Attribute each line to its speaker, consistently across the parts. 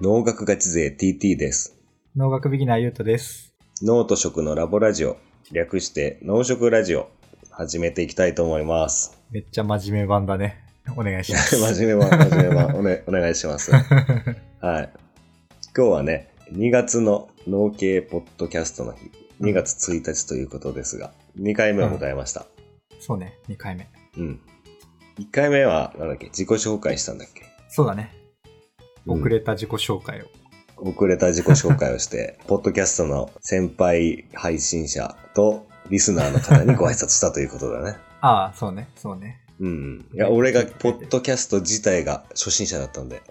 Speaker 1: 農学ガチ勢 TT です。
Speaker 2: 農学ビギナーゆうとです。
Speaker 1: 脳と食のラボラジオ、略して農食ラジオ、始めていきたいと思います。
Speaker 2: めっちゃ真面目版だね。お願いします。
Speaker 1: 真面目は、真面目は、お,、ね、お願いし ます。はい。今日はね、2月の農系ポッドキャストの日、2月1日ということですが、2回目を迎えました。
Speaker 2: そうね、2回目。
Speaker 1: うん。1回目は、なんだっけ、自己紹介したんだっけ
Speaker 2: そうだね。
Speaker 1: うん
Speaker 2: 遅れた自己紹介を。
Speaker 1: 遅れた自己紹介をして、 ポッドキャストの先輩配信者とリスナーの方にご挨拶したということだね。
Speaker 2: ああ、そうね、そうね。
Speaker 1: うん。いや、俺がポッドキャスト自体が初心者だったん で、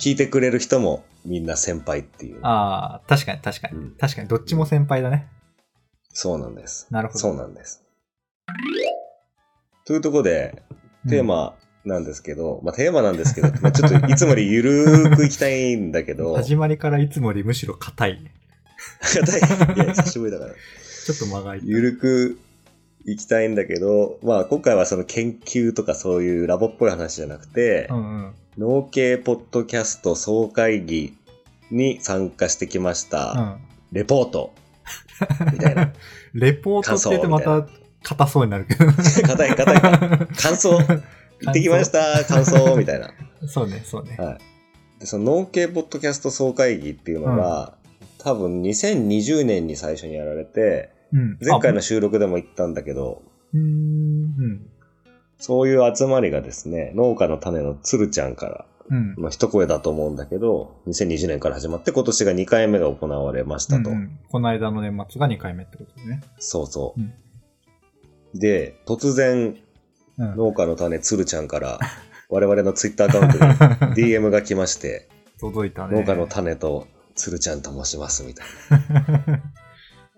Speaker 1: 聞いてくれる人もみんな先輩っていう。
Speaker 2: ああ、確かに確か
Speaker 1: う
Speaker 2: に。
Speaker 1: ん、
Speaker 2: 確かに、どっちも先輩だね。
Speaker 1: そうなんです。
Speaker 2: なるほど
Speaker 1: そうなんです。というところで、テー
Speaker 2: うん。
Speaker 1: マなんですけど、まあテーマなんですけ ど、まあちょっといつもよりゆるーくいきたいんだけど、
Speaker 2: 始まりからいつもよりむしろ硬い。
Speaker 1: いや、久しぶりだから。
Speaker 2: ちょっと間が空いて。
Speaker 1: ゆるくいきたいんだけど、まあ今回はその研究とかそういうラボっぽい話じゃなくて、
Speaker 2: うんうん。
Speaker 1: 農系ポッドキャスト総会議に参加してきまし
Speaker 2: う
Speaker 1: た。
Speaker 2: ん。
Speaker 1: レポー ト。みたいな。
Speaker 2: レポートって言ってま
Speaker 1: 感想
Speaker 2: た硬そうになるけど。
Speaker 1: 硬い硬い。感想。行ってきました。感想。みたいな。
Speaker 2: そうね、そうね。
Speaker 1: はい。でその農系ポッドキャスト総会議っていうのが、多分2020年に最初にやられて、
Speaker 2: うん。
Speaker 1: 前回
Speaker 2: の。
Speaker 1: の収録でも言ったんだけど、
Speaker 2: うーん。うん
Speaker 1: そういう集まりがですね、農家の種のつるちゃんから、
Speaker 2: うん。
Speaker 1: まあ、一声だと思うんだけど、2020年から始まって今年が2回目が行われましたと。
Speaker 2: うんうんこの間の年末が2回目ってことですね。
Speaker 1: そうそう。
Speaker 2: うん
Speaker 1: で、突然、
Speaker 2: うん。
Speaker 1: 農家の種つるちゃんから、我々のツイッターアカウントに DM が来まして、
Speaker 2: 届いたね。
Speaker 1: 農家の種とつるちゃんと申しますみたいな。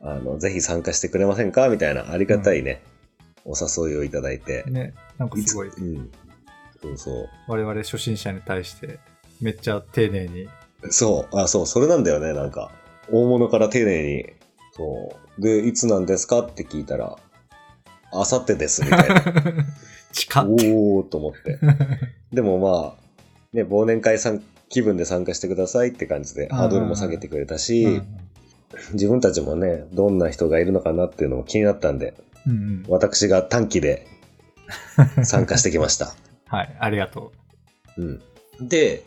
Speaker 1: あの、ぜひ参加してくれませんかみたいな、ありがたいね、お誘いをいただいて。
Speaker 2: ね、なんか
Speaker 1: い
Speaker 2: す
Speaker 1: つ
Speaker 2: ごい、
Speaker 1: うん。そうそう。
Speaker 2: 我々初心者に対して、めっちゃ丁寧に。
Speaker 1: そう、あ、そう、それなんだよね、なんか。大物から丁寧に。そう。で、いつなんですかって聞いたら、あさってです、みたいな。
Speaker 2: 近っ
Speaker 1: おーと思 って。でもまあ、ね、忘年会さん気分で参加してくださいって感じで、
Speaker 2: うん
Speaker 1: ハードルも下げてくれた
Speaker 2: う
Speaker 1: し、
Speaker 2: ん
Speaker 1: 自分たちもね、どんな人がいるのかなっていうのも気になったんで、
Speaker 2: うんうん。
Speaker 1: 私が短期 で参加してきました。
Speaker 2: はい、ありがと
Speaker 1: うん。で、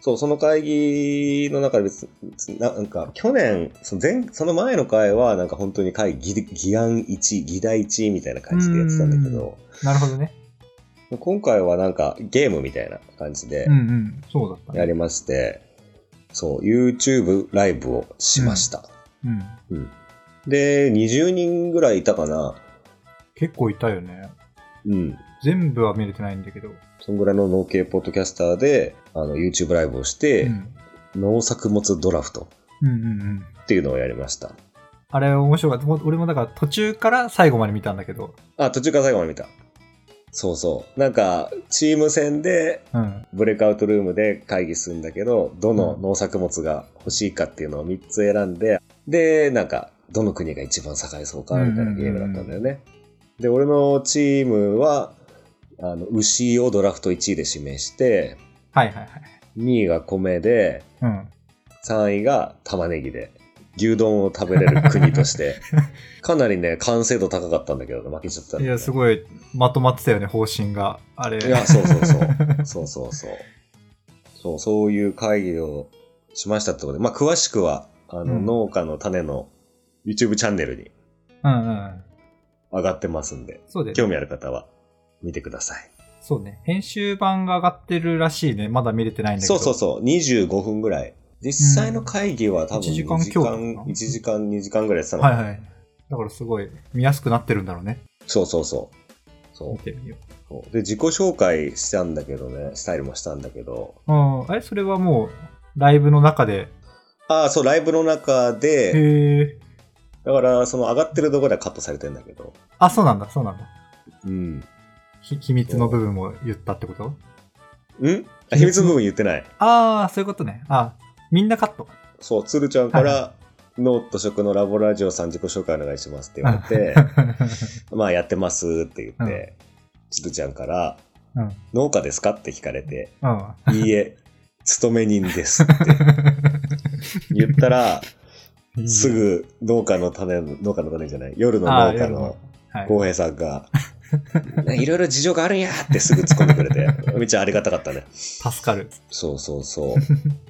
Speaker 1: そう、その会議の中で別に、ななんか、去年、その前、その前の回は、なんか本当に会議、議議案1、議題1みたいな感じでやってたんだけど、
Speaker 2: う。なるほどね。
Speaker 1: 今回はなんかゲームみたいな感じで
Speaker 2: うんうん。そうだった
Speaker 1: や
Speaker 2: ね。
Speaker 1: りまして、そう、YouTube ライブをしました。
Speaker 2: うん。
Speaker 1: で、20人ぐらいいたかな。
Speaker 2: 結構いたよね。
Speaker 1: うん。
Speaker 2: 全部は見れてないんだけど。
Speaker 1: そんぐらいの農系ポッドキャスターで、あの、YouTube ライブをし
Speaker 2: う
Speaker 1: て、
Speaker 2: ん。
Speaker 1: 農作物ドラフト
Speaker 2: うんうんうん。
Speaker 1: っていうのをやりました。
Speaker 2: あれ面白かった。もう俺もだから途中から最後まで見たんだけど。
Speaker 1: あ、途中から最後まで見た。そうそう。なんか、チーム戦で、
Speaker 2: うん。
Speaker 1: ブレイクアウトルームで会議するんだけど、どの
Speaker 2: うん
Speaker 1: 農作物が欲しいかっていうのを3つ選んで、で、なんか、どの国が一番栄えそうか、みたいなゲームだったんだよね。で、俺のチームは、あの、牛をドラフト1位で指名して、
Speaker 2: はいはいはい。
Speaker 1: 2位が米で、
Speaker 2: うん。
Speaker 1: 3位が玉ねぎで、牛丼を食べれる国と して、かなりね、完成度高かったんだけど、負けちゃったんだ
Speaker 2: い
Speaker 1: よね
Speaker 2: や、すごいまとまってたよね、方針が。あれ。
Speaker 1: いや、そうそう そう。そうそうそう。そう、そういう会議をしましたってことで、まあ、詳しくは、あの、
Speaker 2: うん
Speaker 1: 農家の種の YouTube チャンネルに
Speaker 2: うんうん。
Speaker 1: 上がってますんで、
Speaker 2: そうだよね
Speaker 1: 興味ある方は見てください。
Speaker 2: そうね。編集版が上がってるらしいね。まだ見れてないんだけ
Speaker 1: そ
Speaker 2: ど。
Speaker 1: うそうそう、25分ぐらい。実際の会議は多分
Speaker 2: 1時間
Speaker 1: 2時
Speaker 2: 強だ
Speaker 1: 間、
Speaker 2: ったかな
Speaker 1: 1時間、2時間ぐらいやってたのか
Speaker 2: は
Speaker 1: ない
Speaker 2: はい。だからすごい見やすくなってるんだろうね。
Speaker 1: そうそうそう。そ
Speaker 2: 見
Speaker 1: う
Speaker 2: てみよ
Speaker 1: そう。で、自己紹介したんだけどね、スタイルもしたんだけど、
Speaker 2: う。うん。あれそれはもう、ライブの中で。
Speaker 1: ああ、そう、ライブの中
Speaker 2: へ
Speaker 1: で、
Speaker 2: え。
Speaker 1: だから、その上がってるところではカットされてんだけど、
Speaker 2: あ、そうなんだ、そうなんだ。
Speaker 1: うん。
Speaker 2: ひ秘密の部分も言ったってこと
Speaker 1: んあ秘密の部分言ってない。
Speaker 2: ああ、そういうことね。あみんなカット。
Speaker 1: そう、鶴ちゃんか
Speaker 2: はい
Speaker 1: ら、ノート食のラボラジオさん自己紹介お願いしますって言われて、 まあやってますって言って、鶴ちゃんから、
Speaker 2: うん。
Speaker 1: 農家ですかって聞かれて、
Speaker 2: うん。
Speaker 1: いいえ、 勤め人ですって言った ら、す
Speaker 2: いい
Speaker 1: ぐ農家の種の、農家の種じゃない、夜の
Speaker 2: あ
Speaker 1: 農
Speaker 2: あ
Speaker 1: 家
Speaker 2: 夜
Speaker 1: の
Speaker 2: の、はい
Speaker 1: 浩平さん が、いろいろ事情があるんやってすぐ突っ込んでくれて、めっちゃありがたかったね。
Speaker 2: 助かる。
Speaker 1: そうそうそ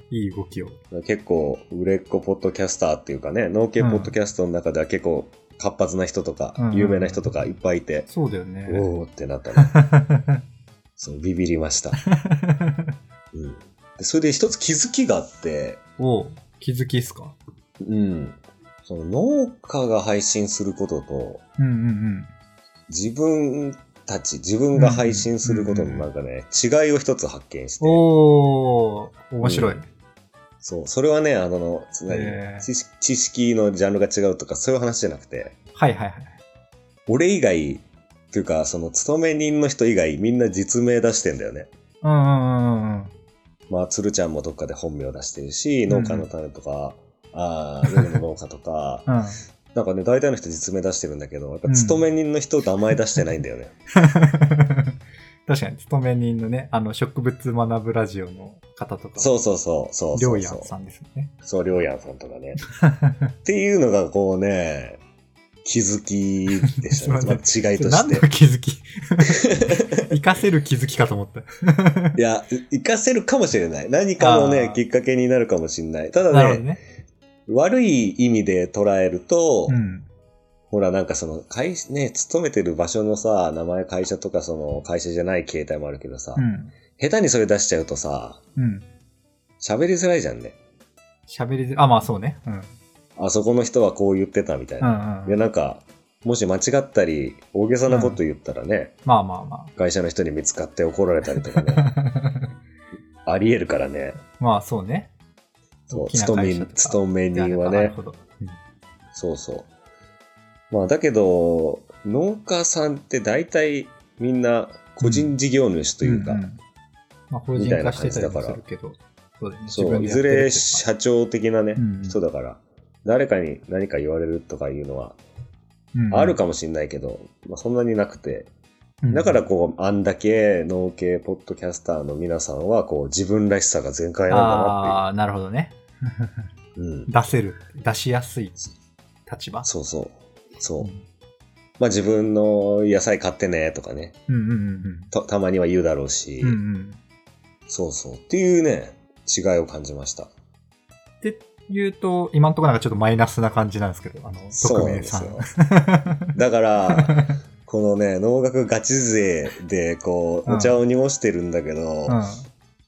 Speaker 2: いい動きを。
Speaker 1: う。結構、売れっ子ポッドキャスターっていうかね、農系ポッドキャストの中では結構活発な人とか、
Speaker 2: うん
Speaker 1: 有名な人とかいっぱいいて、
Speaker 2: そうだよね。
Speaker 1: おおってなったね。 そう、ビビりました。うん。でそれで一つ気づきがあって、
Speaker 2: お気づきっすか
Speaker 1: うん。その農家が配信することと、
Speaker 2: うんうん
Speaker 1: 自分たち、自分が配信することのなんかね、違いを一つ発見し
Speaker 2: う
Speaker 1: て、
Speaker 2: ん。おー、面白い。
Speaker 1: そう、それはね、あの、つまり
Speaker 2: へー
Speaker 1: 知識知識のジャンルが違うとかそういう話じゃなくて、
Speaker 2: はいはいはい。
Speaker 1: 俺以外、っていうか、その、勤め人の人以外、みんな実名出してんだよね。
Speaker 2: うんうんうんうん。
Speaker 1: まあ、鶴ちゃんもどっかで本名出してるし、
Speaker 2: うん、
Speaker 1: 農家の種とか、ああ、夜の農家とか
Speaker 2: うん。
Speaker 1: なんかね、大体の人実名出してるんだけど、やっぱ
Speaker 2: うん
Speaker 1: 勤め人の人名前出してないんだ よね。
Speaker 2: 確かに、勤め人のね、あの、植物学ぶラジオの方とか、
Speaker 1: そうそうそう、そう
Speaker 2: りょ
Speaker 1: そうう
Speaker 2: や
Speaker 1: そ
Speaker 2: ん
Speaker 1: う。
Speaker 2: さんですよね。
Speaker 1: そう、りょうやんさんとかね。っていうのが、こうね、気づきでしたね。
Speaker 2: すい
Speaker 1: まあ
Speaker 2: ま
Speaker 1: 違いと
Speaker 2: 何
Speaker 1: し
Speaker 2: の
Speaker 1: て。
Speaker 2: 気づき活かせる気づき か と思った。
Speaker 1: いや、い活かせるかもしれない。何かの
Speaker 2: あ
Speaker 1: ね
Speaker 2: ー、
Speaker 1: きっかけになるかもしれない。ただ
Speaker 2: なるほど
Speaker 1: ね、
Speaker 2: ね。
Speaker 1: 悪い意味で捉えると、
Speaker 2: うん。
Speaker 1: ほら、なんかその、会、ね、勤めてる場所のさ、名前会社とか、その、会社じゃない形態もあるけどさ、
Speaker 2: うん。
Speaker 1: 下手にそれ出しちゃうとさ、
Speaker 2: うん。
Speaker 1: 喋りづらいじゃんね。
Speaker 2: 喋りず、あ、まあそうね。うん。うん
Speaker 1: あそこの人はこう言ってたみたいな。
Speaker 2: うん
Speaker 1: いや、なんか、もし間違ったり、大げさなこと言ったらね、
Speaker 2: まあまあま
Speaker 1: 会社の人に見つかって怒られたりとか ね、
Speaker 2: あ。
Speaker 1: ありえるからね。
Speaker 2: まあそうね。
Speaker 1: そ
Speaker 2: 大
Speaker 1: う、
Speaker 2: きな
Speaker 1: 勤め
Speaker 2: 会社
Speaker 1: 人、
Speaker 2: とか
Speaker 1: 勤め人は
Speaker 2: なる
Speaker 1: ね。
Speaker 2: ほど。
Speaker 1: そうそう。まあ、だけど、農家さんって大体みんな個人事業主というか、
Speaker 2: んんまあ法人化してたりもするけど、そうだよね。自
Speaker 1: そう、
Speaker 2: 分
Speaker 1: い
Speaker 2: でやっ
Speaker 1: ず
Speaker 2: てるっていう
Speaker 1: れ
Speaker 2: か
Speaker 1: 社長的なね、
Speaker 2: うん
Speaker 1: 人だから、誰かに何か言われるとかいうのは
Speaker 2: うん
Speaker 1: あるかもしれないけど、まあ、そんなになくて、
Speaker 2: うん
Speaker 1: だからこう、あんだけ農系ポッドキャスターの皆さんは、こう、自分らしさが全開なんだな
Speaker 2: ああ、なるほど ね。
Speaker 1: っていう。うん。
Speaker 2: 出せる。出しやすい立場。
Speaker 1: そうそう。そうう。
Speaker 2: ん
Speaker 1: まあ自分の野菜買ってねとかね、
Speaker 2: うんうん
Speaker 1: たたまには言うだろうし、
Speaker 2: うんうん。うんうん。
Speaker 1: そうそう。っていうね、違いを感じました。
Speaker 2: 言うと、今のところなんかちょっとマイナスな感じなんですけど、あの、
Speaker 1: そうな
Speaker 2: 匿
Speaker 1: ん
Speaker 2: 名
Speaker 1: で
Speaker 2: さ
Speaker 1: す
Speaker 2: ん
Speaker 1: よ。。だから、 このね、農学ガチ勢で、こう、
Speaker 2: うん
Speaker 1: お茶を濁してるんだけど、
Speaker 2: うん。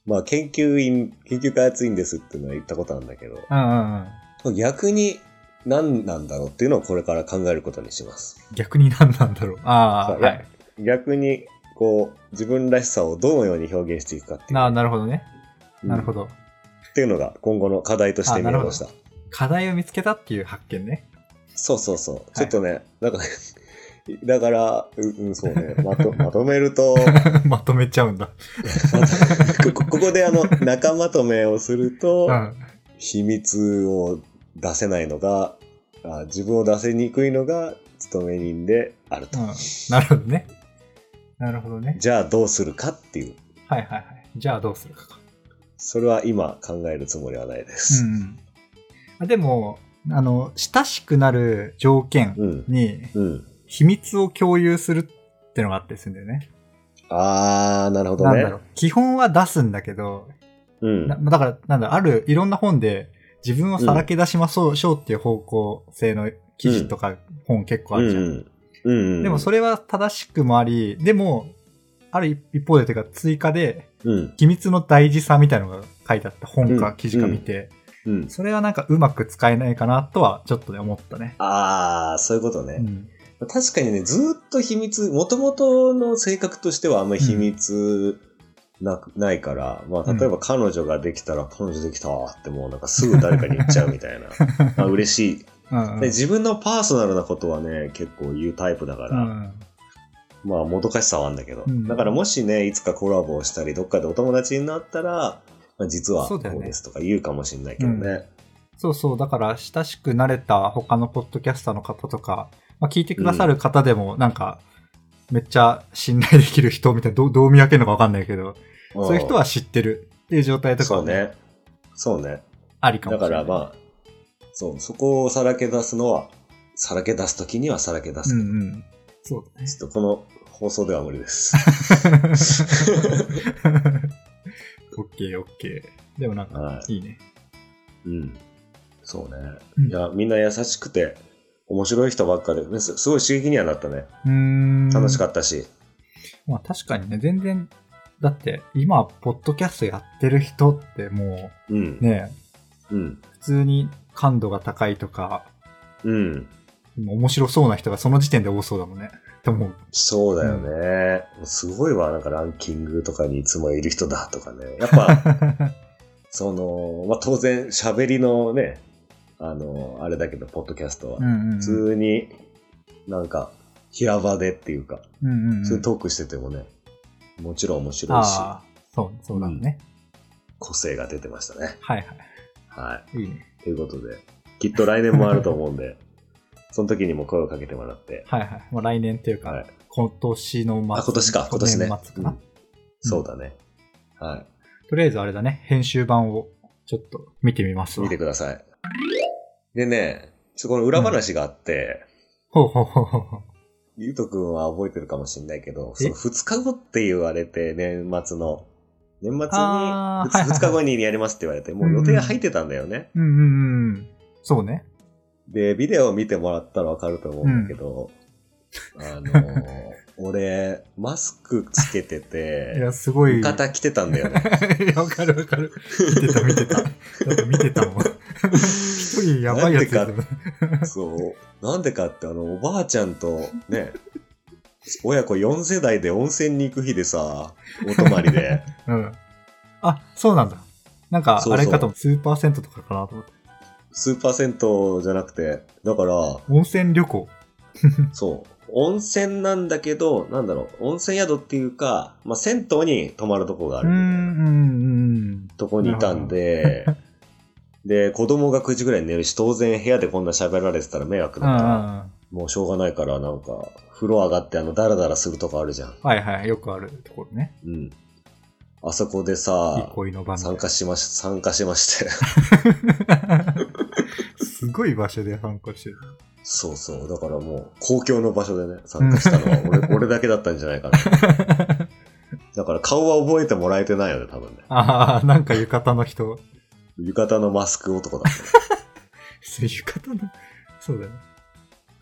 Speaker 1: まあ研究員、研究開発員ですっていうのは言ったことなんだけど、
Speaker 2: うんうんうん。
Speaker 1: 逆に何なんだろうっていうのをこれから考えることにします。
Speaker 2: 逆に何なんだろう。ああ、
Speaker 1: そう
Speaker 2: はい。
Speaker 1: 逆に、こう、自分らしさをどのように表現していくかっていう。
Speaker 2: ななるほどね。なるほ
Speaker 1: ど。
Speaker 2: ど。
Speaker 1: っていうのが今後の課題として見えました。
Speaker 2: 課題を見つけたっていう発見ね。
Speaker 1: そうそうそう。ちょっとね、なんか、 だから、ううん、そうね、ま と、まとめると、
Speaker 2: まとめちゃうんだ。
Speaker 1: ここここであの、仲まとめをすると、
Speaker 2: うん。
Speaker 1: 秘密を出せないのがあ、自分を出せにくいのが、勤め人であると。
Speaker 2: うんなるほどね。なるほどね。
Speaker 1: じゃあどうするかっていう、
Speaker 2: はいはいはい。じゃあどうするかか。
Speaker 1: それは今考えるつもりはないで
Speaker 2: う
Speaker 1: す。
Speaker 2: んうんあ。でも、あの、親しくなる条件
Speaker 1: うん。
Speaker 2: に
Speaker 1: うん。
Speaker 2: 秘密を共有するってのがあってするんだよね。
Speaker 1: あー、なるほど
Speaker 2: なん
Speaker 1: ね
Speaker 2: だ。ろう。基本は出すんだけど、
Speaker 1: うん
Speaker 2: な。だから、なんだろう、ある、いろんな本で自分をさらけ出しましょう、しょうっていう方向性の記事とか本結構あ
Speaker 1: うん
Speaker 2: るじゃん。
Speaker 1: うん。うん。
Speaker 2: でもそれは正しくもあり、でも、ある一方でというか追加で、
Speaker 1: うん。
Speaker 2: 秘密の大事さみたいなのが書いてあった本か
Speaker 1: うん
Speaker 2: 記事か見て、
Speaker 1: うん。
Speaker 2: それはなんかうまく使えないかなとはちょっとね思ったね。
Speaker 1: あー、そういうことね。
Speaker 2: うん。
Speaker 1: 確かにね、ずーっと秘密、もともとの性格としてはあんまり秘密なく、ないから、まあ、例えば彼女ができたら、彼女できたってもうなんかすぐ誰かに言っちゃうみた いな。まあ、嬉しい。
Speaker 2: うん、うん。
Speaker 1: で、自分のパーソナルなことはね、結構言うタイプだか
Speaker 2: う
Speaker 1: ら、
Speaker 2: ん。
Speaker 1: まあ、もどかしさはあるんだけど、
Speaker 2: うん
Speaker 1: だからもしね、いつかコラボをしたり、どっかでお友達になったら、まあ、実はこ
Speaker 2: そうだよね
Speaker 1: うですとか言うかもしれないけどね。
Speaker 2: そうそう、だから親しくなれた他のポッドキャスターの方とか、まあ、聞いてくださる方でもなんか、めっちゃ信頼できる人みたいな、どうどう見分けるのかわかんないけど、
Speaker 1: ん
Speaker 2: そういう人は知ってるっていう状態とか
Speaker 1: そ
Speaker 2: も
Speaker 1: う
Speaker 2: ね
Speaker 1: ね。そうね。
Speaker 2: ありかも
Speaker 1: だ
Speaker 2: しれ
Speaker 1: か
Speaker 2: ない。
Speaker 1: らまあ、そう、そこをさらけ出すのは、さらけ出すときにはさらけ出す
Speaker 2: う
Speaker 1: けど、
Speaker 2: んうん。そうだ ね。
Speaker 1: ちょっとこの放送では無理 です。
Speaker 2: オッケーオッケー。でもなんか
Speaker 1: は、
Speaker 2: いいね。
Speaker 1: うん。そうね。
Speaker 2: うん
Speaker 1: いや、みんな優しくて、面白い人ばっかで、ねすすごい刺激にはなったね。
Speaker 2: うーん。
Speaker 1: 楽しか
Speaker 2: っ
Speaker 1: ったし。
Speaker 2: た。まあ確かにね、全然、だって今、ポッドキャストやってる人っても
Speaker 1: うん
Speaker 2: う、。ね、
Speaker 1: うん。
Speaker 2: 普通に感度が高いとか、
Speaker 1: うん。
Speaker 2: 面白そうな人がその時点で多そうだもんね。と思う。
Speaker 1: そうだよね。もうすごいわ、なんかランキングとかにいつもいる人だとかね。やっ ぱ、その、まあ、当然、喋りのね、あの、あれだけど、ポッドキャストは。
Speaker 2: うんう
Speaker 1: 普
Speaker 2: ん。
Speaker 1: 通に、なんか、平場でっていうか、
Speaker 2: うんうんうん。
Speaker 1: 普通にトークしててもね、もちろん面白いし、
Speaker 2: ああ、そう、そうだね。
Speaker 1: 個性が出てましたね。
Speaker 2: はいは。
Speaker 1: はい
Speaker 2: いいね。
Speaker 1: い。ということで、きっと来年もあると思うんで、 その時にも声をかけてもらって、
Speaker 2: はいはい。もう来年っていうか、
Speaker 1: はい。
Speaker 2: 今年の末。
Speaker 1: あ、今年か、今年ね。
Speaker 2: 年末かな、
Speaker 1: うんそうだね。はい。
Speaker 2: とりあえずあれだね、編集版をちょっと見てみますわ
Speaker 1: 見てください。でね、ちょっとこの裏話があって、
Speaker 2: ほうほうほうほうほう。
Speaker 1: ゆうとくんは覚えてるかもしれないけど、
Speaker 2: え
Speaker 1: その2日後って言われて、年末の。年末に、
Speaker 2: あーはいはいはい
Speaker 1: 2日後にやりますって言われて、もう予定が入ってたんだよね。
Speaker 2: うんうんうん。そうね。
Speaker 1: で、ビデオを見てもらったらわかると思うんだけど、あのー、 俺、マスクつけて
Speaker 2: い
Speaker 1: て、
Speaker 2: や、すごい。
Speaker 1: 浴衣着てたんだよ ね。
Speaker 2: いやわかるわかる。見てた見て た。なんか見てたもん。 一人やばいやつだ
Speaker 1: な
Speaker 2: ね
Speaker 1: んでそう。なんでかって、あの、おばあちゃんとね、親子4世代で温泉に行く日でさ、お泊まり で。
Speaker 2: うん。あ、そうなんだ。なんか、
Speaker 1: そうそう
Speaker 2: あれかと思うスーパーセントとかかなと思って。
Speaker 1: スーパー銭湯じゃなくて、だから、
Speaker 2: 温泉旅行。
Speaker 1: そう。温泉なんだけど、なんだろう、温泉宿っていうか、まあ、銭湯に泊まるとこがあ
Speaker 2: う
Speaker 1: る
Speaker 2: ん、
Speaker 1: みた
Speaker 2: う、
Speaker 1: いなんとこにいたんで、で、子供が9時ぐらいに寝るし、当然部屋でこんな喋られてたら迷惑
Speaker 2: うん。
Speaker 1: だ
Speaker 2: うんう
Speaker 1: から、
Speaker 2: ん。
Speaker 1: もうしょうがないから、なんか、風呂上がってあの、ダラダラするとこあるじゃん。
Speaker 2: はいはい。よくあるところね。
Speaker 1: うん。あそこで
Speaker 2: 一
Speaker 1: さ、
Speaker 2: 恋の場
Speaker 1: 参加しまし、参加しまして。
Speaker 2: すごい場所で参加してる。
Speaker 1: そうそう。だからもう、公共の場所でね、参加したのは俺、 俺だけだったんじゃないかな。だから顔は覚えてもらえてないよね、多分ね。
Speaker 2: ああ、なんか浴衣の人。
Speaker 1: 浴衣のマスク男だった。
Speaker 2: そう浴衣の、そうだね。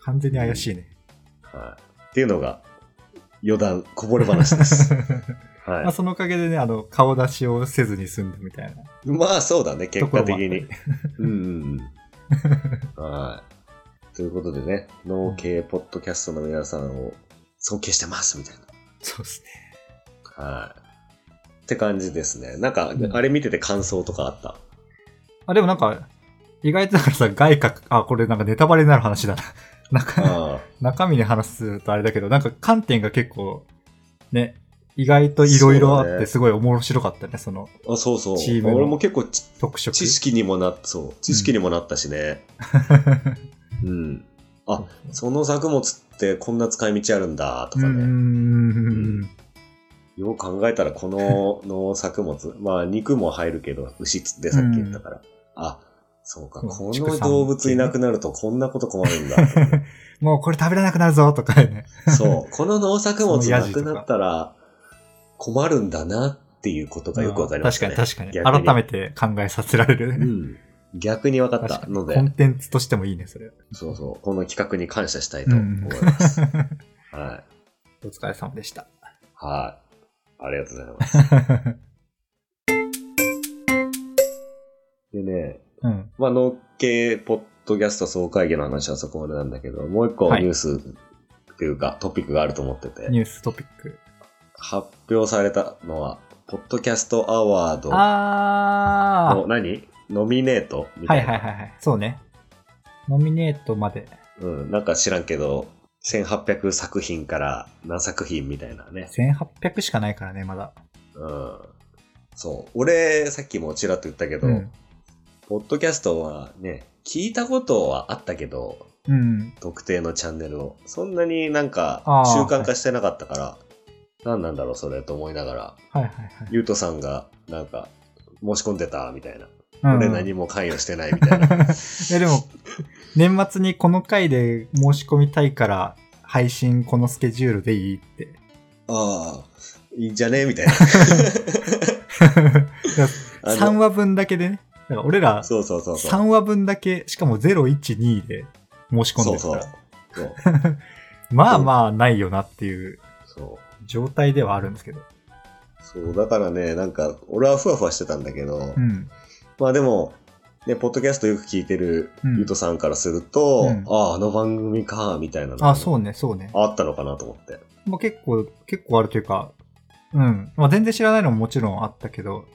Speaker 2: 完全に怪しいね。
Speaker 1: はい。っていうのが、余談、こぼれ話です。
Speaker 2: まあ、
Speaker 1: は
Speaker 2: そのおかげでね、あの、顔出しをせずに済んだみたいな。
Speaker 1: い。まあ、そうだね、結果的に
Speaker 2: と。
Speaker 1: うんうんうん。はい。ということでね、農系ポッドキャストの皆さんを尊敬してます、みたい
Speaker 2: そうですね。
Speaker 1: な。はい。って感じですね。なんか
Speaker 2: う、ん
Speaker 1: あれ見てて感想とかあ った。
Speaker 2: あ、でもなんか、意外とだからさ、外貨、あ、これなんかネタバレになる話だな。 中、
Speaker 1: あ
Speaker 2: 中身に話すとあれだけど、なんか観点が結構、ね、意外といろいろ
Speaker 1: そう
Speaker 2: あっ
Speaker 1: だ
Speaker 2: て
Speaker 1: ね
Speaker 2: すごい面白かったね、その
Speaker 1: あ、そうそう
Speaker 2: チー。ムの
Speaker 1: 俺も結構ち
Speaker 2: 特色。
Speaker 1: 知識にもなっ、そう、知識にもなったしね。うん。あ、その作物ってこんな使い道あるんだ、と
Speaker 2: う
Speaker 1: か
Speaker 2: んう
Speaker 1: ね。
Speaker 2: んうん。
Speaker 1: よう考えたら、こ の農作物、まあ肉も入るけど、牛ってさっき言ったから。あ、そうか、
Speaker 2: うん
Speaker 1: こ
Speaker 2: 畜産
Speaker 1: の動物いなくなるとこんなこと困るん だ。
Speaker 2: もうこれ食べれなくなるぞ、とかね。
Speaker 1: そう、この農作物
Speaker 2: その
Speaker 1: な
Speaker 2: ヤジと
Speaker 1: く
Speaker 2: か
Speaker 1: なったら困るんだなっていうことがよくわかりましたね。
Speaker 2: うん確かに確か
Speaker 1: 逆
Speaker 2: に。改めて考えさせられるね。
Speaker 1: うん。逆に分かっ
Speaker 2: 確
Speaker 1: た
Speaker 2: かに
Speaker 1: ので
Speaker 2: コ、ンテンツとしてもいいね、 それ。
Speaker 1: そうそう、この企画に感謝したいと思います。はい。
Speaker 2: お疲れ様で した。
Speaker 1: はい。ありがとうございます。でね、
Speaker 2: うん。
Speaker 1: まあ、農系ポッドキャスト総会議の話はそこまでなんだけど、もう一個
Speaker 2: はい
Speaker 1: ニュースっていうかトピックがあると思ってて、
Speaker 2: ニューストピック。
Speaker 1: 発表されたのは、ポッドキャストアワード
Speaker 2: あ
Speaker 1: の何ノミネートみ
Speaker 2: ー
Speaker 1: た
Speaker 2: はい
Speaker 1: いな。
Speaker 2: はいはいはい。そうね。ノミネートまで
Speaker 1: うん、なんか知らんけど、1800作品から何作品みたいなね。
Speaker 2: 1800しかないからね、まだ。
Speaker 1: うん。そう。俺、さっきもちらっと言ったけど、
Speaker 2: うん。
Speaker 1: ポッドキャストはね、聞いたことはあったけど、
Speaker 2: うん。
Speaker 1: 特定のチャンネルを。そんなになんか
Speaker 2: あー
Speaker 1: 習慣化してなかったから、何なんだろうそれと思いながら、
Speaker 2: はいはいはい。
Speaker 1: ゆうとさんがなんか申し込んでたみたいな。
Speaker 2: うん
Speaker 1: 俺何も関与してないみたいな。
Speaker 2: いやでも、年末にこの回で申し込みたいから、配信このスケジュールでいいって。
Speaker 1: ああ、いいんじゃね みたいな。あの
Speaker 2: 3話分だけでね。だから俺ら、
Speaker 1: そうそうそうそう。
Speaker 2: 3話分だけ、しかも0、1、2で申し込
Speaker 1: そ
Speaker 2: んで
Speaker 1: う
Speaker 2: た
Speaker 1: そう
Speaker 2: ら、。
Speaker 1: そう。
Speaker 2: まあまあないよなっていう
Speaker 1: そう
Speaker 2: 状態ではあるんですけど。
Speaker 1: そう、だからね、なんか、俺はふわふわしてたんだけど、
Speaker 2: うん。
Speaker 1: まあでも、ね、ポッドキャストよく聞いてる
Speaker 2: うん
Speaker 1: ゆうとさんからすると、
Speaker 2: うん
Speaker 1: ああ、あの番組か、みたいなのが
Speaker 2: あ、そうね、そうね。
Speaker 1: あったのかなと思って。
Speaker 2: まあ、結構、結構あるというか、うん。まあ全然知らないのももちろんあったけど、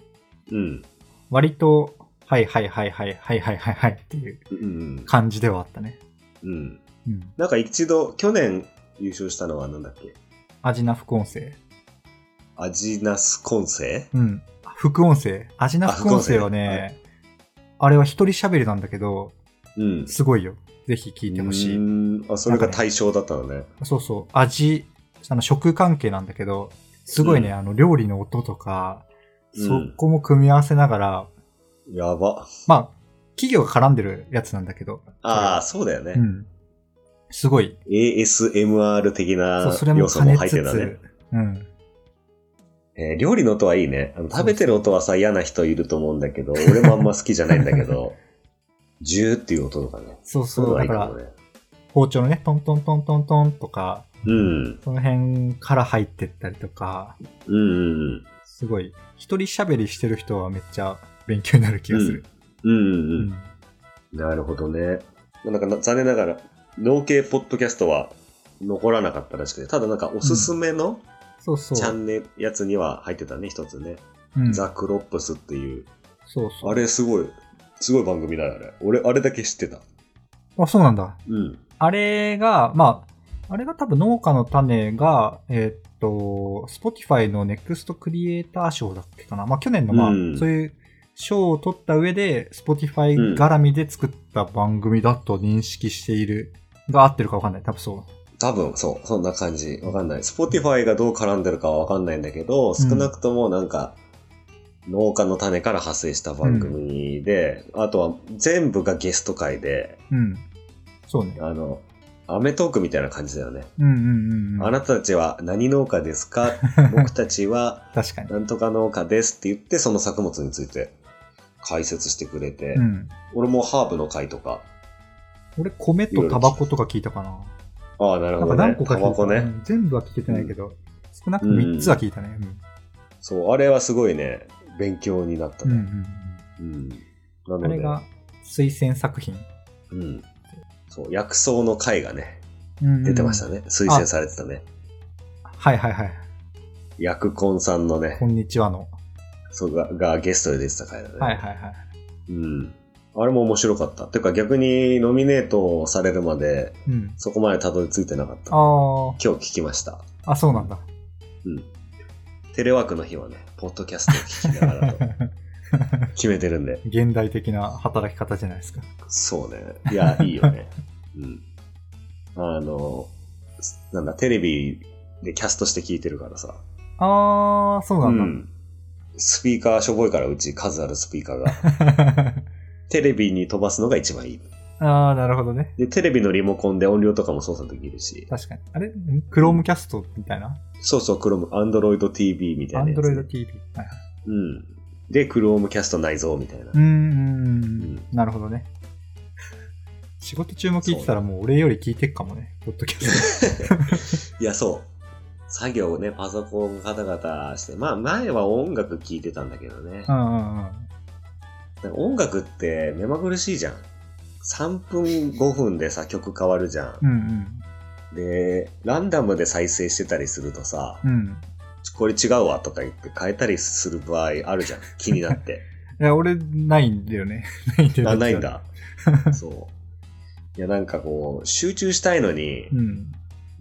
Speaker 1: うん。
Speaker 2: 割と、はいはいはいはいはいはいはいはいっていう
Speaker 1: うん。
Speaker 2: 感じではあったね。
Speaker 1: うん。
Speaker 2: うん。
Speaker 1: なんか一度、去年優勝したのはなんだっけ
Speaker 2: アジナ副音声。
Speaker 1: アジナスコンセ
Speaker 2: うん。副音声。アジナ副音声
Speaker 1: あ副
Speaker 2: は
Speaker 1: 音声
Speaker 2: ね、あれは一人喋りなんだけど、
Speaker 1: うん。
Speaker 2: すごいよ。ぜひ聞いてほし
Speaker 1: う
Speaker 2: い。
Speaker 1: ーんあ、それが対象だったのね。
Speaker 2: そうそう。味、あの、食関係なんだけど、すごいね、
Speaker 1: うん
Speaker 2: あの、料理の音とか、
Speaker 1: う
Speaker 2: そ
Speaker 1: ん
Speaker 2: こも組み合わせながら、
Speaker 1: やば。
Speaker 2: まあ、企業が絡んでるやつなんだけど、
Speaker 1: ああ、そうだよね。
Speaker 2: うん。すごい。
Speaker 1: ASMR 的
Speaker 2: そう、
Speaker 1: な
Speaker 2: それも
Speaker 1: 要素
Speaker 2: 兼
Speaker 1: も
Speaker 2: ね
Speaker 1: 入
Speaker 2: つ
Speaker 1: って
Speaker 2: つ、
Speaker 1: たね。
Speaker 2: うん。
Speaker 1: えー料理の音はいいね。あの食べてる音はさ、嫌な人いると思うんだけど、俺もあんま好きじゃないんだけど、 ジューっていう音とかね。
Speaker 2: そう
Speaker 1: そういうのは
Speaker 2: そう、
Speaker 1: い
Speaker 2: だ
Speaker 1: い
Speaker 2: か
Speaker 1: かも
Speaker 2: ら、
Speaker 1: ね。
Speaker 2: 包丁のね、トントントントントンとか、
Speaker 1: うん。
Speaker 2: その辺から入ってったりとか、
Speaker 1: うんうんうん。
Speaker 2: すごい。一人喋りしてる人はめっちゃ勉強になる気がす
Speaker 1: うん
Speaker 2: る。
Speaker 1: う
Speaker 2: うん
Speaker 1: うん。なるほどね。なんかな残念ながら、農系ポッドキャストは残らなかったらしくて、ただなんかおすすめの
Speaker 2: そうそう。
Speaker 1: チャンネルやつには入ってたね、一つね。
Speaker 2: うん
Speaker 1: ザ・クロップスっていう。
Speaker 2: そうそう。
Speaker 1: あれすごい、すごい番組だよ、あれ。俺、あれだけ知ってた。
Speaker 2: あ、そうなんだ。
Speaker 1: うん。
Speaker 2: あれが、まあ、あれが多分農家の種が、えーっと、Spotify の NEXT クリエイター賞だっけかな。まあ去年のまあ、
Speaker 1: うん
Speaker 2: そういう賞を取った上で、Spotify 絡みで作った番組だと認識している。が合ってるかわかんない。多分そう。
Speaker 1: 多分、そう、そんな感じ。わかんない。Spotify がどう絡んでるかはわかんないんだけど、少なくともなんか、農家の種から発生した番組で、あとは全部がゲスト会で、
Speaker 2: うん。そうね。
Speaker 1: あの、アメトークみたいな感じだよね。
Speaker 2: うんうんうんうん。
Speaker 1: あなたたちは何農家です か僕たちは
Speaker 2: 確かに。
Speaker 1: なんとか農家ですって言って、その作物について解説してくれて、
Speaker 2: うん。
Speaker 1: 俺もハーブの会とか、
Speaker 2: 俺、米とタバコとか聞いたかな。
Speaker 1: ああ、なるほ
Speaker 2: なん
Speaker 1: ど
Speaker 2: か
Speaker 1: ね
Speaker 2: 何。個か
Speaker 1: タ
Speaker 2: 聞
Speaker 1: バ
Speaker 2: いた
Speaker 1: コね。
Speaker 2: うん全部は聞けてないけど、少なくとも3つは聞いたね。うん
Speaker 1: そう、あれはすごいね、勉強になった
Speaker 2: うんう
Speaker 1: ね。
Speaker 2: ん
Speaker 1: うん。なの
Speaker 2: うん。あ
Speaker 1: で、
Speaker 2: れが推薦作品。
Speaker 1: うん。そう、薬草の会がね、出
Speaker 2: 出
Speaker 1: てました。ね。推薦されてたね。
Speaker 2: はいはいはい。
Speaker 1: 薬婚さんのね
Speaker 2: こ、んにちはの。
Speaker 1: そうががゲストで出てた回だね。
Speaker 2: はいはいはい。
Speaker 1: うん。あれも面白かった。てか逆にノミネートされるまで、
Speaker 2: うん。
Speaker 1: そこまでたどり着いてなかった。
Speaker 2: あ
Speaker 1: 今日聞きました。
Speaker 2: あ、あ、そうなんだ。
Speaker 1: うん。テレワークの日はね、ポッドキャストを聞きなが らと決めてるんで。
Speaker 2: 現代的な働き方じゃないですか。
Speaker 1: そうね。い や、いいよね。うん。あの、なんだ、テレビでキャストして聞いてるからさ。
Speaker 2: ああ、そうなんだ。
Speaker 1: スピーカーしょぼいから、うち数あるスピーカー が。テレビに飛ばすのが一番いい。
Speaker 2: ああ、なるほどね。
Speaker 1: で、テレビのリモコンで音量とかも操作できるし。
Speaker 2: 確かに。あれクロームキャストみたいな
Speaker 1: そうそう、Chrome、Android TV みた
Speaker 2: ア
Speaker 1: いな
Speaker 2: ン
Speaker 1: や
Speaker 2: ド
Speaker 1: つ。
Speaker 2: ロイド TV。はいはい
Speaker 1: うん。で、Chromecast 内蔵みたいな。
Speaker 2: うーん
Speaker 1: ん、
Speaker 2: なるほどね。仕事中も聞いてたらもう俺より聞いてっかもね、ポッドキャス
Speaker 1: いや、そう。作業をね、パソコンガタガタして。まあ、前は音楽聴いてたんだけどね
Speaker 2: ト。。うんうんうん。
Speaker 1: なんか音楽って目まぐるしいじゃん。3分5分でさ、曲変わるじゃん
Speaker 2: う。ん
Speaker 1: で、ランダムで再生してたりするとさ、
Speaker 2: うん。うん。
Speaker 1: これ違うわとか言って変えたりする場合あるじゃん。気にな って。
Speaker 2: いや、俺、ないんだよね。 ないんだよ
Speaker 1: あ、
Speaker 2: ね
Speaker 1: ないん。 だ。そう。いや、なんかこう、集中したいのに、
Speaker 2: うん。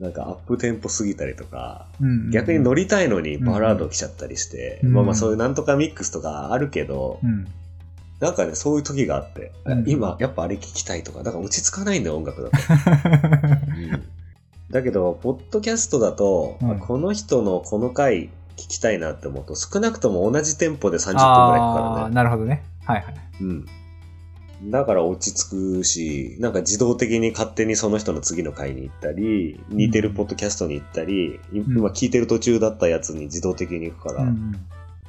Speaker 1: なんかアップテンポすぎたりとか、
Speaker 2: うん。
Speaker 1: 逆に乗りたいのにバラード来ちゃったりして、
Speaker 2: うん
Speaker 1: まあまあそういうなんとかミックスとかあるけど、
Speaker 2: うん。
Speaker 1: なんかね、そういう時があって、
Speaker 2: うん
Speaker 1: 今やっぱあれ聞きたいとか、だから落ち着かないんだよ、音楽だと。だけど、ポッドキャストだと、
Speaker 2: うん
Speaker 1: あこの人のこの回聞きたいなって思うと、少なくとも同じテンポで30分くらいか
Speaker 2: あ
Speaker 1: か
Speaker 2: あ
Speaker 1: る
Speaker 2: ー、
Speaker 1: ね。
Speaker 2: なるほどね。はいはい。
Speaker 1: うん。だから落ち着くし、なんか自動的に勝手にその人の次の回に行ったり、似てるポッドキャストに行ったり、い
Speaker 2: ん
Speaker 1: 今聞いてる途中だったやつに自動的に行くから、
Speaker 2: うん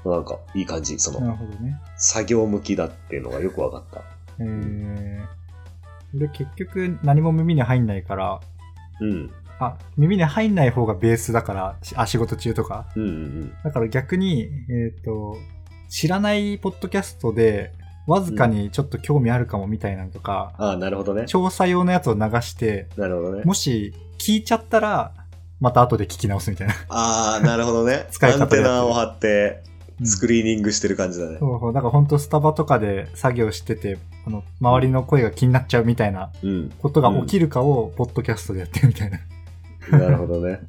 Speaker 2: うん、
Speaker 1: なんかいい感じ、そ
Speaker 2: な
Speaker 1: の
Speaker 2: るほどね。
Speaker 1: 作業向きだっていうのがよくわかった。
Speaker 2: えー、俺結局何も耳に入んないから、
Speaker 1: うん。
Speaker 2: あ、耳に入んない方がベースだから、しあ、仕事中とか。
Speaker 1: うんうん
Speaker 2: だから逆に、えっ、と、知らないポッドキャストで、わずかにちょっと興味あるかもみたいなのとか、
Speaker 1: ああ、なるほどね。
Speaker 2: 調査用のやつを流して、
Speaker 1: なるほどね。
Speaker 2: もし聞いちゃったら、また後で聞き直すみたいな。
Speaker 1: ああ、なるほどね
Speaker 2: 。使い方で
Speaker 1: アンテナを張って、スク
Speaker 2: リ
Speaker 1: リーニングしてる感じだね。
Speaker 2: そうそう。だから本当スタバとかで作業してて、あの、周りの声が気になっちゃうみたいな
Speaker 1: うん。
Speaker 2: ことが起きるかを、ポッドキャストでやってるみたいな。
Speaker 1: なるほどね。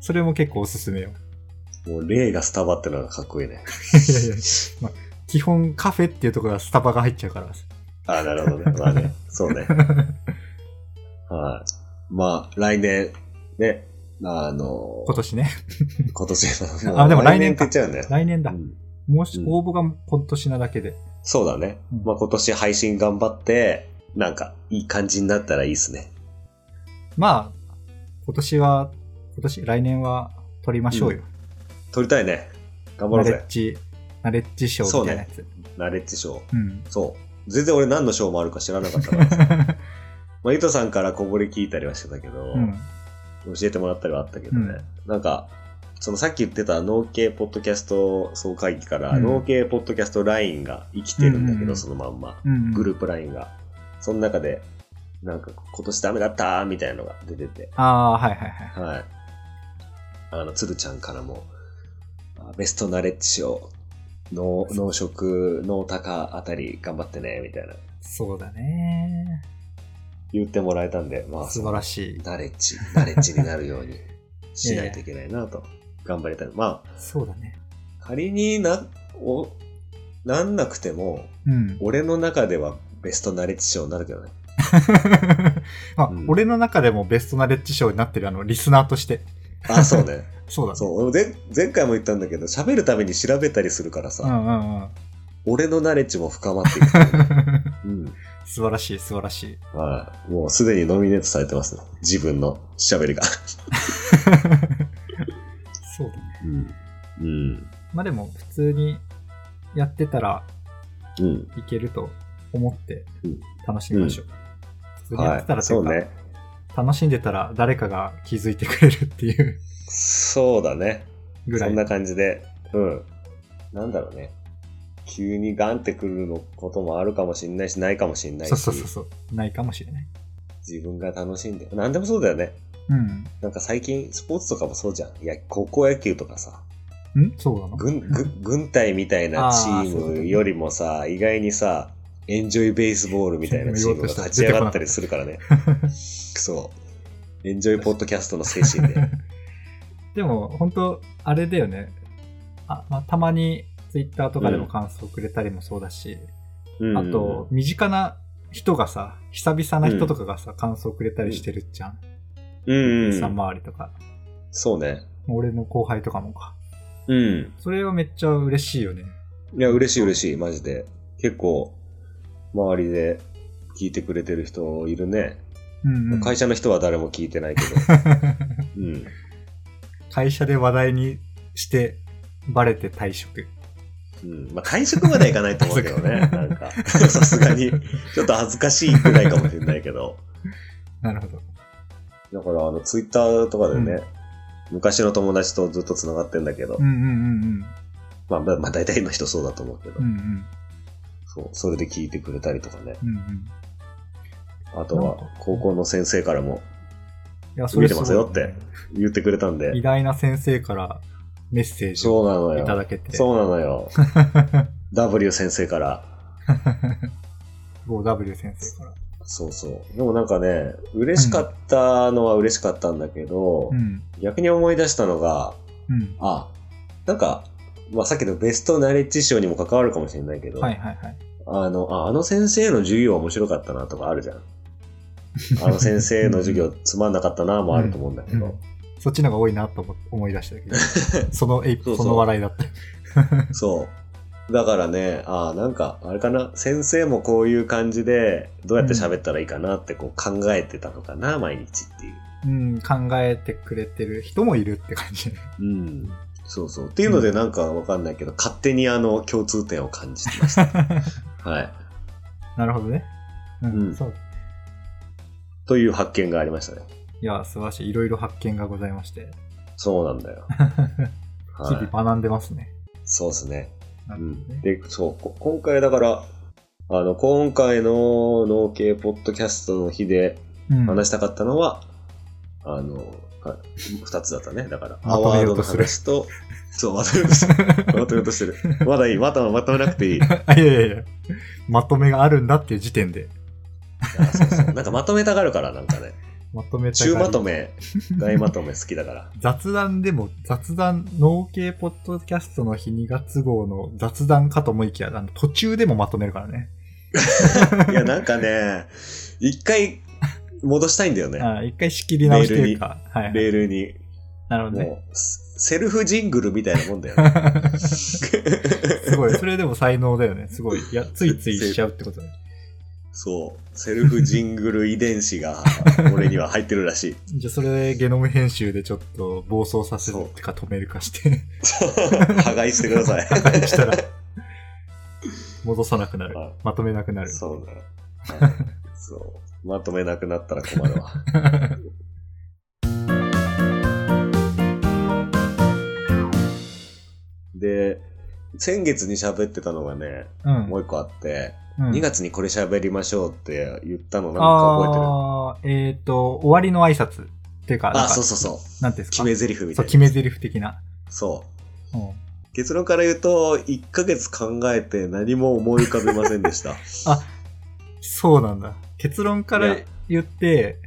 Speaker 2: それも結構おす すめよ。
Speaker 1: もう、例がスタバってのがかっこいいね。
Speaker 2: いやいや、まあ、基本カフェっていうところはスタバが入っちゃうから。
Speaker 1: ああ、なるほどね。まあね。そう ね。はい。まあ、来年、ね、あの、
Speaker 2: 今年ね。
Speaker 1: 今年
Speaker 2: あでも来年
Speaker 1: って
Speaker 2: か
Speaker 1: 言っちゃうね。
Speaker 2: 来年だ
Speaker 1: う。ん
Speaker 2: もし
Speaker 1: う、ん
Speaker 2: 応募が今年なだけで。
Speaker 1: そうだね。
Speaker 2: うん
Speaker 1: まあ今年配信頑張って、なんか、いい感じになったらいいですね。
Speaker 2: まあ、今年は、今年、来年は取りましょうよ。
Speaker 1: 撮りたいね。頑張ろ
Speaker 2: ナ
Speaker 1: う
Speaker 2: レ
Speaker 1: ぜ
Speaker 2: ッ。ジ、ナレッジ賞みたいなやつ。
Speaker 1: ナレッジ賞。
Speaker 2: うん。
Speaker 1: そう。全然俺何の賞もあるか知らなかった からさまあ、ゆとさんからこぼれ聞いたりはしてたけど、
Speaker 2: うん。
Speaker 1: 教えてもらったりはあったけどね。なんか、そのさっき言ってた農系ポッドキャスト総会議から、
Speaker 2: うん
Speaker 1: 農系ポッドキャストラインが生きてるんだけ
Speaker 2: うんうんうん
Speaker 1: ど、そのまんま。
Speaker 2: うん。
Speaker 1: グループラインが。その中で、なんか今年ダメだったーみたいなのが出てて。
Speaker 2: ああー、はいはいはい。
Speaker 1: はい。あの、つるちゃんからも、あベストナレッジ賞、農農食、農高あたり頑張ってね、みたいな。
Speaker 2: そうだね。
Speaker 1: 言ってもらえたんで、まあ、
Speaker 2: 素晴らしい。
Speaker 1: ナレッジ、ナレッジになるよう にしないといけないなと、頑張りたい。まあ、
Speaker 2: そうだね。
Speaker 1: 仮にな、お、なんなくても、
Speaker 2: うん。
Speaker 1: 俺の中ではベストナレッジ賞になるけ どね。
Speaker 2: まあ、
Speaker 1: うん
Speaker 2: 俺の中でもベストナレッジ賞になってる、あの、リスナーとして。
Speaker 1: あ、そうね。
Speaker 2: そうだね。
Speaker 1: そう。俺前前回も言ったんだけど、喋るために調べたりするからさ、
Speaker 2: うんうんうん。
Speaker 1: 俺のナレッジも深まっていくと思う。うん。
Speaker 2: 素晴らしい、素晴らしい。
Speaker 1: はい。もうすでにノミネートされてますね。自分の喋りが。
Speaker 2: そうだね。
Speaker 1: うん。うん。
Speaker 2: まあでも、普通にやってたら
Speaker 1: うん。
Speaker 2: いけると思って
Speaker 1: うん
Speaker 2: 楽しみましょう。普通にやってた
Speaker 1: は
Speaker 2: ら
Speaker 1: い。
Speaker 2: とい
Speaker 1: そうう
Speaker 2: か、
Speaker 1: ね。
Speaker 2: 楽しんでたら誰かが気づいてくれるっていう
Speaker 1: そうだね。
Speaker 2: ぐら
Speaker 1: そ
Speaker 2: い。
Speaker 1: んな感じで、うん。なんだろうね。急にガンってくるのこともあるかもしんないし、ないかもしんないし、
Speaker 2: そうそうそうそう。ないかもしれない。
Speaker 1: 自分が楽しんで。なんでもそうだよね。
Speaker 2: うん。
Speaker 1: なんか最近、スポーツとかもそうじゃん。いや、高校野球とかさ、
Speaker 2: んそうなの
Speaker 1: 軍、軍軍隊みたいなチ
Speaker 2: あーそう
Speaker 1: ー
Speaker 2: だ
Speaker 1: ム
Speaker 2: ね
Speaker 1: よりもさ、意外にさ、エンジョイベースボールみたいなチームが勝ち上がったりする からね。そう。エンジョイポッドキャストの精神 で。
Speaker 2: でも、本当あれだよね。あ、まあ、たまに、ツイッターとかでも感想くれたりもそうだし、
Speaker 1: うん
Speaker 2: あと、、身近な人がさ、久々な人とかがさ、感想くれたりしてるじゃん。
Speaker 1: うん、う
Speaker 2: さん
Speaker 1: ん。
Speaker 2: 周りとか。
Speaker 1: そうね。
Speaker 2: 俺の後輩とかもか。
Speaker 1: うん。
Speaker 2: それはめっちゃ嬉しいよね。
Speaker 1: いや、嬉しい嬉しい、マジで。結構、周りで聞いてくれてる人いるね。
Speaker 2: うん、うん。
Speaker 1: 会社の人は誰も聞いてないけど。うん。
Speaker 2: 会社で話題にして、バレて退職。
Speaker 1: うん。まあ、退職まではいかないと思うけどね。
Speaker 2: あそっか
Speaker 1: なんか、さすがに、ちょっと恥ずかしいくらいかもしれないけど。
Speaker 2: なるほど。
Speaker 1: だから、あの、ツイッターとかでね、昔の友達とずっと繋がってんだけど、
Speaker 2: うんうんうん
Speaker 1: まあ、まあ、まあ、大体の人そうだと思うけど、
Speaker 2: うん。うんうん。
Speaker 1: そう、それで聞いてくれたりとかね。
Speaker 2: うんうん。
Speaker 1: あと
Speaker 2: なん
Speaker 1: は
Speaker 2: か、
Speaker 1: 高校の先生からも
Speaker 2: いや、
Speaker 1: 見てますよっ
Speaker 2: すごい
Speaker 1: て
Speaker 2: ね
Speaker 1: 言ってくれたんで、
Speaker 2: 偉大な先生からメッセージ
Speaker 1: そ
Speaker 2: を
Speaker 1: うなの
Speaker 2: いただ
Speaker 1: よ。
Speaker 2: けて。
Speaker 1: そうなの よ。W 先生から。
Speaker 2: 5W 先生から。
Speaker 1: そうそう。でもなんかね、嬉しかったのは嬉しかったんだけど、
Speaker 2: うん。
Speaker 1: 逆に思い出したのが、
Speaker 2: うん。
Speaker 1: あ、なんか、まあ、さっきのベストナレッジ賞にも関わるかもしれないけど、
Speaker 2: はいはいはい。
Speaker 1: あの、ああの先生の授業面白かったなとかあるじゃん。あの先生の授業つまんなかったなもあると思うんだけど、
Speaker 2: うんそっちの方が多いなと思思い出したけど、 そのえ
Speaker 1: そうそう
Speaker 2: その笑いだった。
Speaker 1: そう。だからね、ああ、なんか、あれかな、先生もこういう感じで、どうやって喋ったらいいかなってこう考えてたのかな、毎日っていう。
Speaker 2: うん、考えてくれてる人もいるって感じ。
Speaker 1: うん。そうそう。っていうので、なんかわかんないけど、勝手にあの、共通点を感じてました。 はい。
Speaker 2: なるほどね。うん、
Speaker 1: うん
Speaker 2: そう。
Speaker 1: という発見がありましたね。
Speaker 2: いや、素晴らしい。いろいろ発見がございまして。
Speaker 1: そうなんだよ。
Speaker 2: 日
Speaker 1: はい。
Speaker 2: 々学んでますね。
Speaker 1: そうですね。
Speaker 2: な
Speaker 1: う
Speaker 2: るほどね
Speaker 1: ん、で、そう、こ今回だから、あの、今回の農系ポッドキャストの日で
Speaker 2: うん
Speaker 1: 話したかったのは、あの、は二つだったね。だから、ア
Speaker 2: まと
Speaker 1: ワ
Speaker 2: め
Speaker 1: ー
Speaker 2: よ
Speaker 1: ド
Speaker 2: う
Speaker 1: の
Speaker 2: とする
Speaker 1: 話と、そう、まとめようと してる。まとめようとしてる。まだいい。まとめ、まとめなくていい。
Speaker 2: あいやいやいや。まとめがあるんだっていう時点で。
Speaker 1: あそうそうなんかまとめたがるから、なんかね。
Speaker 2: まとめたがり
Speaker 1: 中まとめ、大まとめ好きだから。
Speaker 2: 雑談でも雑談、農系ポッドキャストの日2月号の雑談かと思いきや、あの途中でもまとめるからね。
Speaker 1: いや、なんかね、一回戻したいんだよね。
Speaker 2: ああ一回仕切り直しというか。はいはい。
Speaker 1: レールに。
Speaker 2: なるほどね。
Speaker 1: もう、セルフジングルみたいなもんだよ ね。
Speaker 2: すごい。それでも才能だよね。すごい。いや、ついついしちゃうってことね。
Speaker 1: そう。セルフジングル遺伝子が俺には入ってるらし い。
Speaker 2: じゃあ、それでゲノム編集でちょっと暴走させるってか止めるかして、
Speaker 1: 破壊してください。
Speaker 2: したら、戻さなくなる
Speaker 1: はい。
Speaker 2: まとめなくなる。
Speaker 1: そうだ。はいそう。まとめなくなったら困るわ。で、先月に喋ってたのがね、
Speaker 2: うん。
Speaker 1: もう一個あって、
Speaker 2: うん
Speaker 1: 2月にこれ喋りましょうって言ったのなんか覚えてる。
Speaker 2: あー、えっ、と、終わりの挨拶っていうか、なん
Speaker 1: あ、
Speaker 2: か
Speaker 1: そうそうそう。
Speaker 2: なんていうんで
Speaker 1: 決
Speaker 2: すか
Speaker 1: め台詞み
Speaker 2: そ
Speaker 1: た
Speaker 2: う
Speaker 1: い
Speaker 2: 決
Speaker 1: な。
Speaker 2: め台詞的な。
Speaker 1: そう。
Speaker 2: うん
Speaker 1: 結論から言うと、1ヶ月考えて何も思い浮かべませんでした。
Speaker 2: そうなんだ。結論から
Speaker 1: いや
Speaker 2: 言って、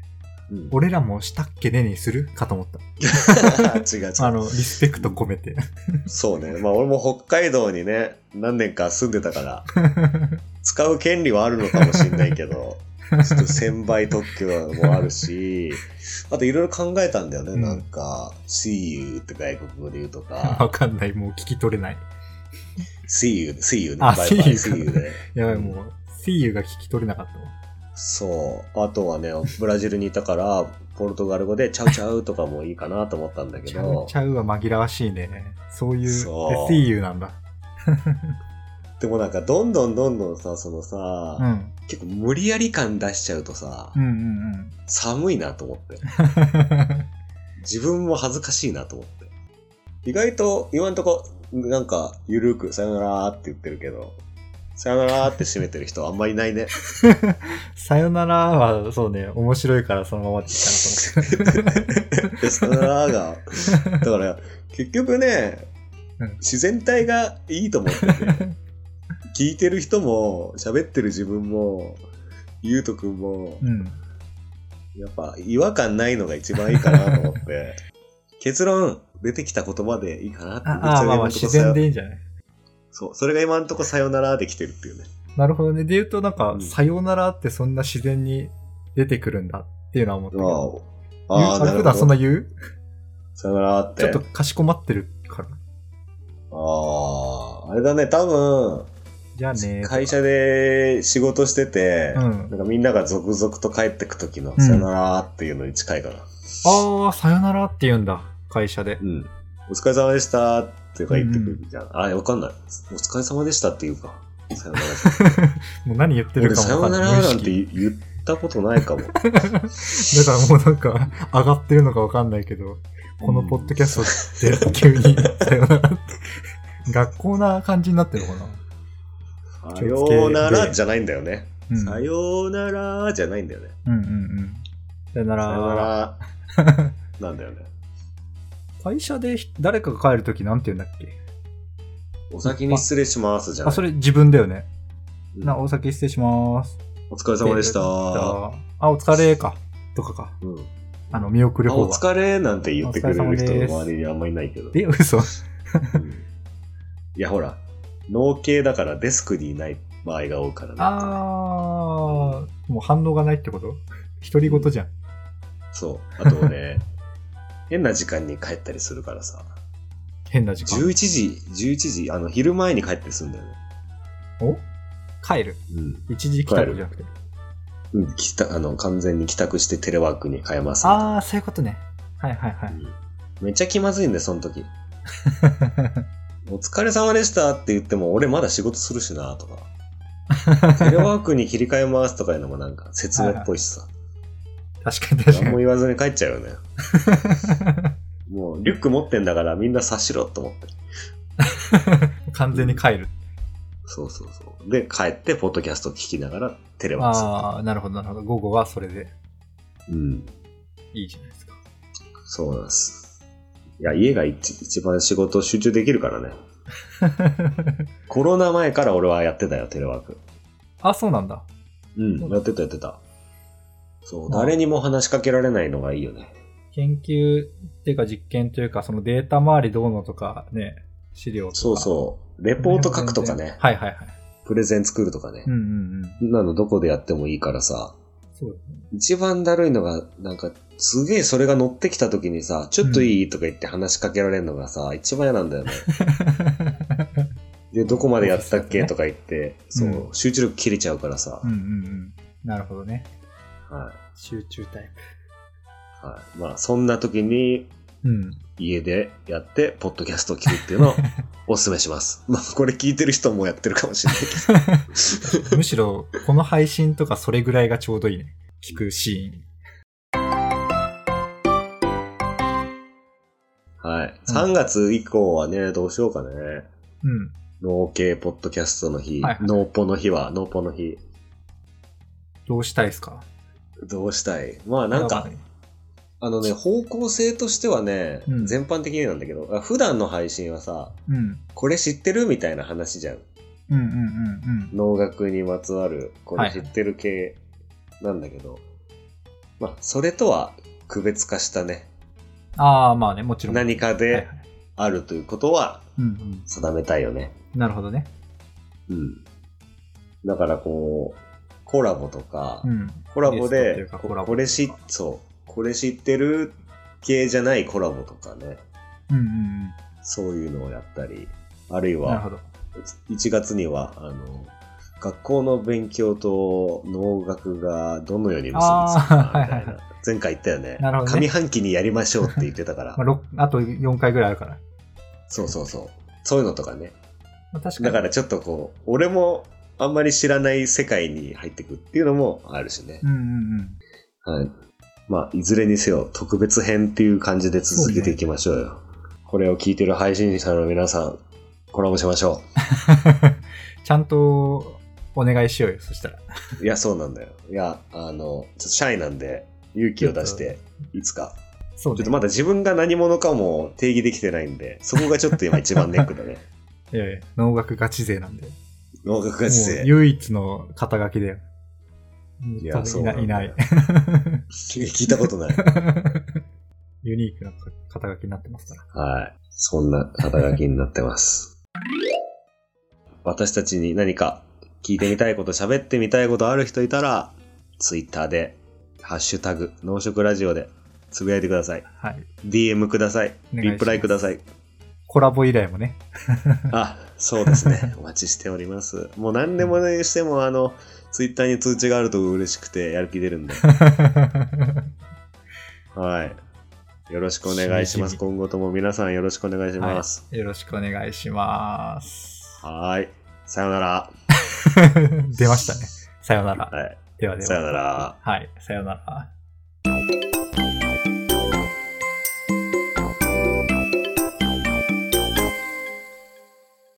Speaker 1: うん、
Speaker 2: 俺らもしたっけねにするかと思っ
Speaker 1: 違う違う。
Speaker 2: た。あの、リスペクト込めて。
Speaker 1: そうね。まあ俺も北海道にね、何年か住んでたから、使う権利はあるのかもしれないけ ど、ちょっと専売特許もあるし、あといろいろ考えたんだよね。
Speaker 2: うん
Speaker 1: なんか、See you って外国語で言うと
Speaker 2: わ
Speaker 1: か、
Speaker 2: かんない。もう聞き取れない。
Speaker 1: See you, See you ね。
Speaker 2: あ
Speaker 1: バイバイ
Speaker 2: See
Speaker 1: See
Speaker 2: you
Speaker 1: you で。
Speaker 2: やばい、もう、See you が聞き取れなかったわ。
Speaker 1: そう。あとはね、ブラジルにいたから、ポルトガル語でチャウチャウとかもいいかなと思ったんだけ
Speaker 2: ちゃう
Speaker 1: ど
Speaker 2: ち、ゃうは紛らわしいね。そういう、
Speaker 1: そう
Speaker 2: See you なんだ。
Speaker 1: でもなんかどんどんどんどんさ、そのさ、
Speaker 2: うん。
Speaker 1: 結構無理やり感出しちゃうとさ、
Speaker 2: うんうんうん。
Speaker 1: 寒いなと思って。自分も恥ずかしいなと思って。意外と今んとこ、なんか、ゆるく、さよならーって言ってるけど、さよならーって締めてる人あんまいない ね。
Speaker 2: さよならは、そうね、面白いからそのままでいいかなと思って。
Speaker 1: でさよならーが。だから、結局ね
Speaker 2: うん、
Speaker 1: 自然体がいいと思ってて、聞いてる人も、喋ってる自分も、ゆうとくんも、
Speaker 2: うん。
Speaker 1: やっぱ違和感ないのが一番いいかなと思って、 結論、出てきた言葉でいいかなって。
Speaker 2: ああー、まあまあ、
Speaker 1: ぶっちゃ
Speaker 2: 自
Speaker 1: け今んとこさよ
Speaker 2: 然でいいんじゃない
Speaker 1: そう、それが今んとこさよならできてるっていうね。
Speaker 2: なるほどね。で言うと、なんか、
Speaker 1: うん
Speaker 2: さよならってそんな自然に出てくるんだっていうのは思ったけど。
Speaker 1: ああ、
Speaker 2: 言うあ
Speaker 1: なるほ
Speaker 2: 普
Speaker 1: ど。
Speaker 2: 段そんな言う
Speaker 1: さよならって。
Speaker 2: ちょっとかしこまってるから。
Speaker 1: ああ、あれだね、多分、
Speaker 2: じゃあね。
Speaker 1: 会社で仕事してて、
Speaker 2: うん
Speaker 1: なんかみんなが続々と帰ってく時の
Speaker 2: うん
Speaker 1: さよならっていうのに近いかな。
Speaker 2: ああ、さよならって言うんだ。会社で
Speaker 1: う。ん。お疲れ様でしたっていうか言ってくるじゃん。あ、わかんない。お疲れ様でしたっていうか。さよなら。
Speaker 2: もう何言ってる
Speaker 1: 俺、
Speaker 2: か
Speaker 1: さ
Speaker 2: も
Speaker 1: よ
Speaker 2: わか
Speaker 1: なん
Speaker 2: ない。
Speaker 1: らなん
Speaker 2: 無
Speaker 1: て
Speaker 2: 意識
Speaker 1: 言ったことないかも。
Speaker 2: だからもうなんか、上がってるのかわかんないけど、このポッドキャストって急に さよならって。学校な感じになってるのかな
Speaker 1: さよならじゃないんだよね。
Speaker 2: うん
Speaker 1: さよならじゃないんだよね。
Speaker 2: うんうんうん。さよ
Speaker 1: さ
Speaker 2: なら。
Speaker 1: よなら なんだよね。
Speaker 2: 会社で誰かが帰るときなんて言うんだっけ
Speaker 1: お先に失礼しますじゃな
Speaker 2: あ、
Speaker 1: い
Speaker 2: それ自分だよね。
Speaker 1: うん
Speaker 2: な、お酒失礼します。
Speaker 1: お疲れ様でした。
Speaker 2: あ、お疲れか。とかか。
Speaker 1: うん
Speaker 2: あの、見送る
Speaker 1: あ
Speaker 2: 方
Speaker 1: お
Speaker 2: は。
Speaker 1: 疲れなんて言ってくれる人
Speaker 2: お疲れ様です
Speaker 1: の周りにあんまりいないけど。
Speaker 2: え、嘘。
Speaker 1: うんいや、ほら、脳系だからデスクにいない場合が多いからね。
Speaker 2: あー、もう反応がないってこと独り言じゃん。
Speaker 1: そう。あとね、 変な時間に帰ったりするからさ。
Speaker 2: 変な時間。
Speaker 1: 11時、11時、あの、昼前に帰ったりするんだよね。
Speaker 2: お帰る。一時帰宅じゃなくて。
Speaker 1: うん。うん、帰宅あの、完全に帰宅してテレワークに変えますみたいな。
Speaker 2: ああ、そういうことね。はいはいは
Speaker 1: うんめっちゃ気まずいんだよ、その時。
Speaker 2: い。
Speaker 1: お疲れ様でしたって言っても、俺まだ仕事するしな、とか。 テレワークに切り替えますとかいうのもなんか、説明っぽいしさ。
Speaker 2: 確かに確か
Speaker 1: 何も
Speaker 2: に。
Speaker 1: 言わずに帰っちゃう よね。もう、リュック持ってんだからみんな察しろと思って。
Speaker 2: 完全に帰る。
Speaker 1: そうそうそう。で、帰って、ポッドキャスト聞きながら、テレワークする。
Speaker 2: ああ、なるほどなるほど。午後はそれで
Speaker 1: うん。
Speaker 2: いいじゃないですか。
Speaker 1: そうなんです。いや、家が一一番仕事集中できるからね。 コロナ前から俺はやってたよ、テレワーク。
Speaker 2: あ、そうなんだ。
Speaker 1: うん、やってたやってた。そう、
Speaker 2: ああ
Speaker 1: 誰にも話しかけられないのがいいよね。
Speaker 2: 研究っていうか実験というか、そのデータ周りどうのとかね、資料とか。
Speaker 1: そうそう。レポート書くとかね、
Speaker 2: はいはいはい。
Speaker 1: プレゼン作るとかね
Speaker 2: うん。うんうん。
Speaker 1: そんなのどこでやってもいいからさ。
Speaker 2: そうだね
Speaker 1: 一番だるいのが、なんか、すげえそれが乗ってきた時にさ、ちょっといいとか言って話しかけられるのがさ、一番嫌なん だよね。 で、どこまでやったっけとか言って、そう、
Speaker 2: う
Speaker 1: 集中力切れちゃうからさ。
Speaker 2: うんうんうん。なるほどね。
Speaker 1: はい。
Speaker 2: 集中タイ
Speaker 1: はい。まあ、そんな時に
Speaker 2: プ。うん。
Speaker 1: 家でやって、ポッドキャストを聞くって いうのをお勧めします。まあ、これ聞いてる人もやってるかもしれないけど。
Speaker 2: むしろ、この配信とかそれぐらいがちょうどいいね。聞くシーン。
Speaker 1: はい。
Speaker 2: うん
Speaker 1: 3月以降はね、どうしようかね。
Speaker 2: うん。
Speaker 1: 脳系ポッドキャストの日、
Speaker 2: はいはい
Speaker 1: 脳ポの日は、脳ポの日。
Speaker 2: どうしたいですか
Speaker 1: どうしたいまあなんか、、あのね、方向性としてはね、
Speaker 2: うん
Speaker 1: 全般的になんだけど、あ普段の配信はさ、
Speaker 2: うん。うん
Speaker 1: これ知ってるみたいな話じゃん。
Speaker 2: うんうん
Speaker 1: 農学にまつわる、これ知ってる系なんだけど、まあ、それとは区別化したね、
Speaker 2: うん。ああ、まあね、もちろん。
Speaker 1: 何か
Speaker 2: はい
Speaker 1: で
Speaker 2: はい
Speaker 1: あるということは
Speaker 2: うん
Speaker 1: 定めたいよね。
Speaker 2: うん。なるほどね。
Speaker 1: うん。だからこう、コラボとか、
Speaker 2: うん。
Speaker 1: コラボ
Speaker 2: ゲ
Speaker 1: で
Speaker 2: ストというか、コラボとか
Speaker 1: これ知、そう、これ知ってる系じゃないコラボとかね、
Speaker 2: うんうんうん。
Speaker 1: そういうのをやったり、あるい
Speaker 2: なるほ
Speaker 1: は、
Speaker 2: ど。
Speaker 1: 1月には、あの、学校の勉強と農学がどのように結びつくかみた
Speaker 2: あーはい
Speaker 1: い
Speaker 2: はいは
Speaker 1: な。前回言ったよね。
Speaker 2: なるほど
Speaker 1: 上
Speaker 2: ね
Speaker 1: 半期にやりましょうって言ってたから
Speaker 2: まあ、。ろあと4回ぐらいあるから。
Speaker 1: そうそうそう。そういうのとかね。
Speaker 2: まあ、確か
Speaker 1: だ
Speaker 2: に。
Speaker 1: からちょっとこう、俺もあんまり知らない世界に入ってくっていうのもあるしね。
Speaker 2: うんうんうん。
Speaker 1: はい。まあ、いずれにせよ、特別編っていう感じで続けていきましょうよ。これを聞いてる配信者の皆さん、コラボしましょ
Speaker 2: ちゃんとお願いしようよ、そしたら。
Speaker 1: う。いや、そうなんだよ。いや、あの、ちょっとシャイなんで、勇気を出して、いつか。
Speaker 2: そう
Speaker 1: ちょっ
Speaker 2: ね
Speaker 1: と。まだ自分が何者かも定義できてないんで、そこがちょっと今一番ネックだね。
Speaker 2: いやいや、能楽ガチ勢なんで。
Speaker 1: 能楽ガチ
Speaker 2: も
Speaker 1: 勢
Speaker 2: う。唯一の肩書きだよ。
Speaker 1: いや、そう
Speaker 2: な
Speaker 1: なん
Speaker 2: い
Speaker 1: だ
Speaker 2: な
Speaker 1: よ
Speaker 2: い。
Speaker 1: 聞いたことない。
Speaker 2: ユニークな肩書きになってますから。
Speaker 1: はい。そんな肩書きになってます。 私たちに何か聞いてみたいこと、喋ってみたいことある人いたら、ツイッターで、ハッシュタグ、農食ラジオで、つぶやいてください。
Speaker 2: はい。
Speaker 1: DM ください。
Speaker 2: お願いします
Speaker 1: リプライください。
Speaker 2: コラボ依頼もね。
Speaker 1: あ、そうですね。お待ちしております。もう何でもねしても、あの、ツイッターに通知があると嬉しくて、やる気出るんで。はい。よろしくお願いしま
Speaker 2: しみじ
Speaker 1: す。
Speaker 2: み
Speaker 1: 今後とも皆さんよろしくお願いします。
Speaker 2: よろしくお願いし ます。
Speaker 1: はい。さよなら。
Speaker 2: 出ましたね。さよなら。
Speaker 1: はい。
Speaker 2: ではでは。
Speaker 1: さよなら。
Speaker 2: はい。さよなら。